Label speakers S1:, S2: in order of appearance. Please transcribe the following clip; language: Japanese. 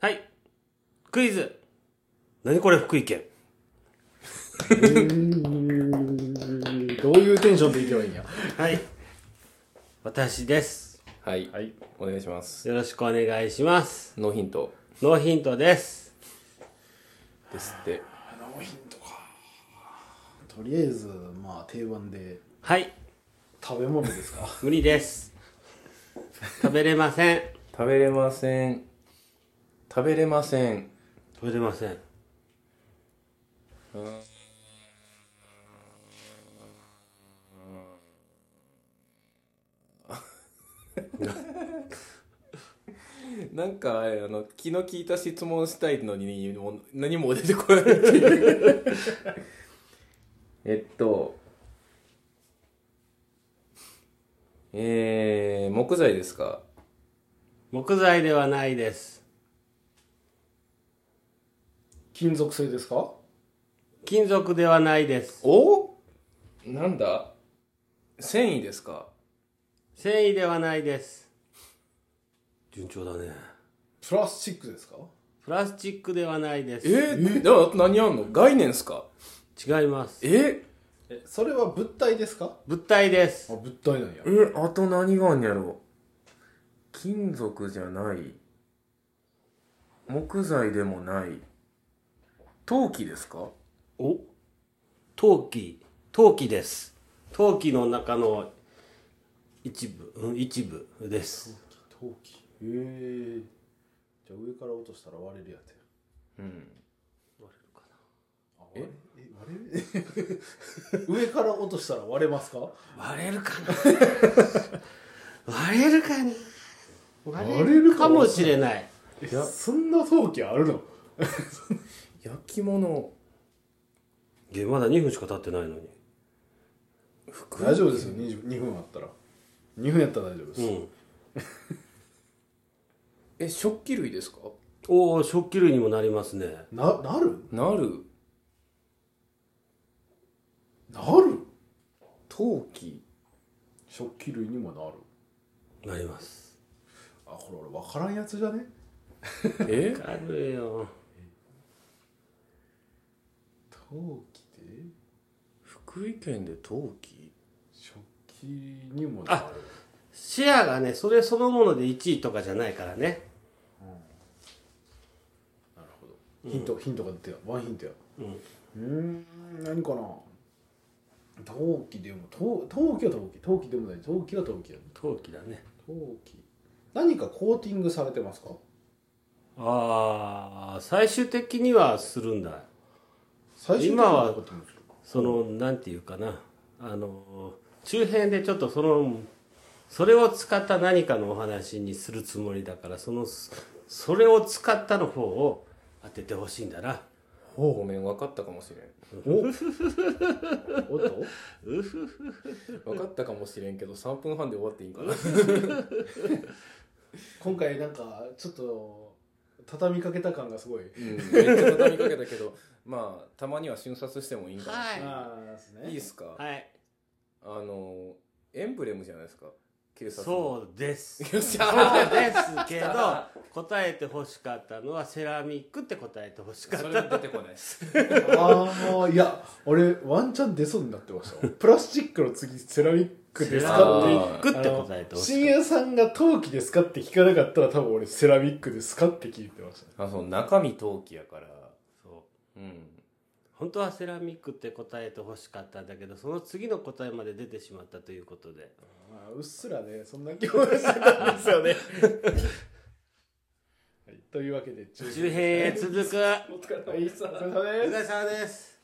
S1: はい。クイズ。何これ福井県。
S2: どういうテンションでいけばいいんや。
S1: はい。私です。
S3: はい、
S2: はい。
S3: お願いします
S1: よろしくお願いします。
S3: ノーヒント
S1: ノーヒントです。
S3: ですって
S2: とりあえず、まあ、定番で
S1: はい。
S2: 食べ物ですか。
S1: 無理です。食べれません。
S3: 食べれません食べれません
S1: 食べれません。
S3: なんかあれあの気の利いた質問したいのにもう何も出てこないっていう えっとえー、木材ですか
S1: 木材ではないです。
S2: 金属製ですか
S1: 金属ではないです。
S3: おなんだ繊維ですか
S1: 繊維ではないです。順調だね。
S2: プラスチックですか
S1: プラスチックではないです。
S3: えー、なあと何あんの概念ですか
S1: 違います。
S3: え
S2: え、それは物体ですか
S1: 物体です
S2: あ、。物体なんや。
S3: え、あと何があんやろ金属じゃない。木材でもない。陶器ですか
S1: お陶器陶器です陶器の中の一部、うん、一部です
S2: 陶器。へえ。じゃあ上から落としたら割れるやつや。
S3: うん。
S2: あ割れえ割れる 上から落としたら割れますか
S1: 割れるかな割れるかな割
S2: 割れるか
S1: かもしれない
S2: いやそんな陶器あるの
S3: 焼き物。
S1: いやまだ2分しか経ってないのに
S2: 大丈夫ですよ20 2分あったら2分やったら大丈夫です、
S1: うん
S3: え、食器類ですか
S1: おお食器類にもなりますね
S2: ななる
S3: なる。
S2: なる
S3: 陶器。
S2: 食器類にもなる
S1: なります
S2: あこれ俺分からんやつじゃね
S3: え
S1: あるよ
S2: 陶器で
S3: 福井県で陶器
S2: 食器にもなる
S1: シェアがねそれそのもので1位とかじゃないからね
S2: なるほどヒント、ヒントが出てるワンヒントやうんーん何かな陶器でも陶陶器は陶器陶器でもない陶器は陶器やね
S1: 陶器だね
S2: 陶器何かコーティングされてますか
S1: ああ最終的にはするんだ
S2: 最初
S1: 今は
S2: コーティングするか
S1: そのなんていうかなあの周辺でちょっとそのそれを使った何かのお話にするつもりだからそのそそれを使ったの方を当ててほしいんだな
S3: ごめん、分かったかもしれん。
S2: おっと
S3: 分かったかもしれんけど、3分半で終わっていいんかな
S2: 今回なんかちょっと畳みかけた感がすごい
S3: うん、めっちゃ畳みかけたけど、まあ、たまには瞬殺してもいいんかな。
S2: ああです
S3: いい
S2: ね
S3: っすか
S1: はい
S3: あのエンブレムじゃないですか警察の
S1: そうです
S3: よっし
S1: そ
S3: ゃ
S1: うですけど答えてほしかったのはセラミックって答えてほしかっ
S3: そ
S1: た
S3: れ出てこないです
S2: ああいや俺ワンチャン出そうになってましたプラスチックの次セラミック
S1: セ
S2: です
S1: ラ
S2: かって
S1: ミ
S2: 言
S1: ックって答えてほし
S2: 深
S1: かっ
S2: 夜さんが陶器ですかって聞かなかったら多分俺セラミックですかって聞いてました
S3: あそう中身陶器やから
S1: たそう
S3: うん
S1: 本当はセラミックって答えてほしかったんだけどその次の答えまで出てしまったということで
S2: まあうっすらねそんな気持ちたんですよね、はい、というわけで
S1: 周辺へ続く
S2: はいお疲れ様です
S1: お疲れ様です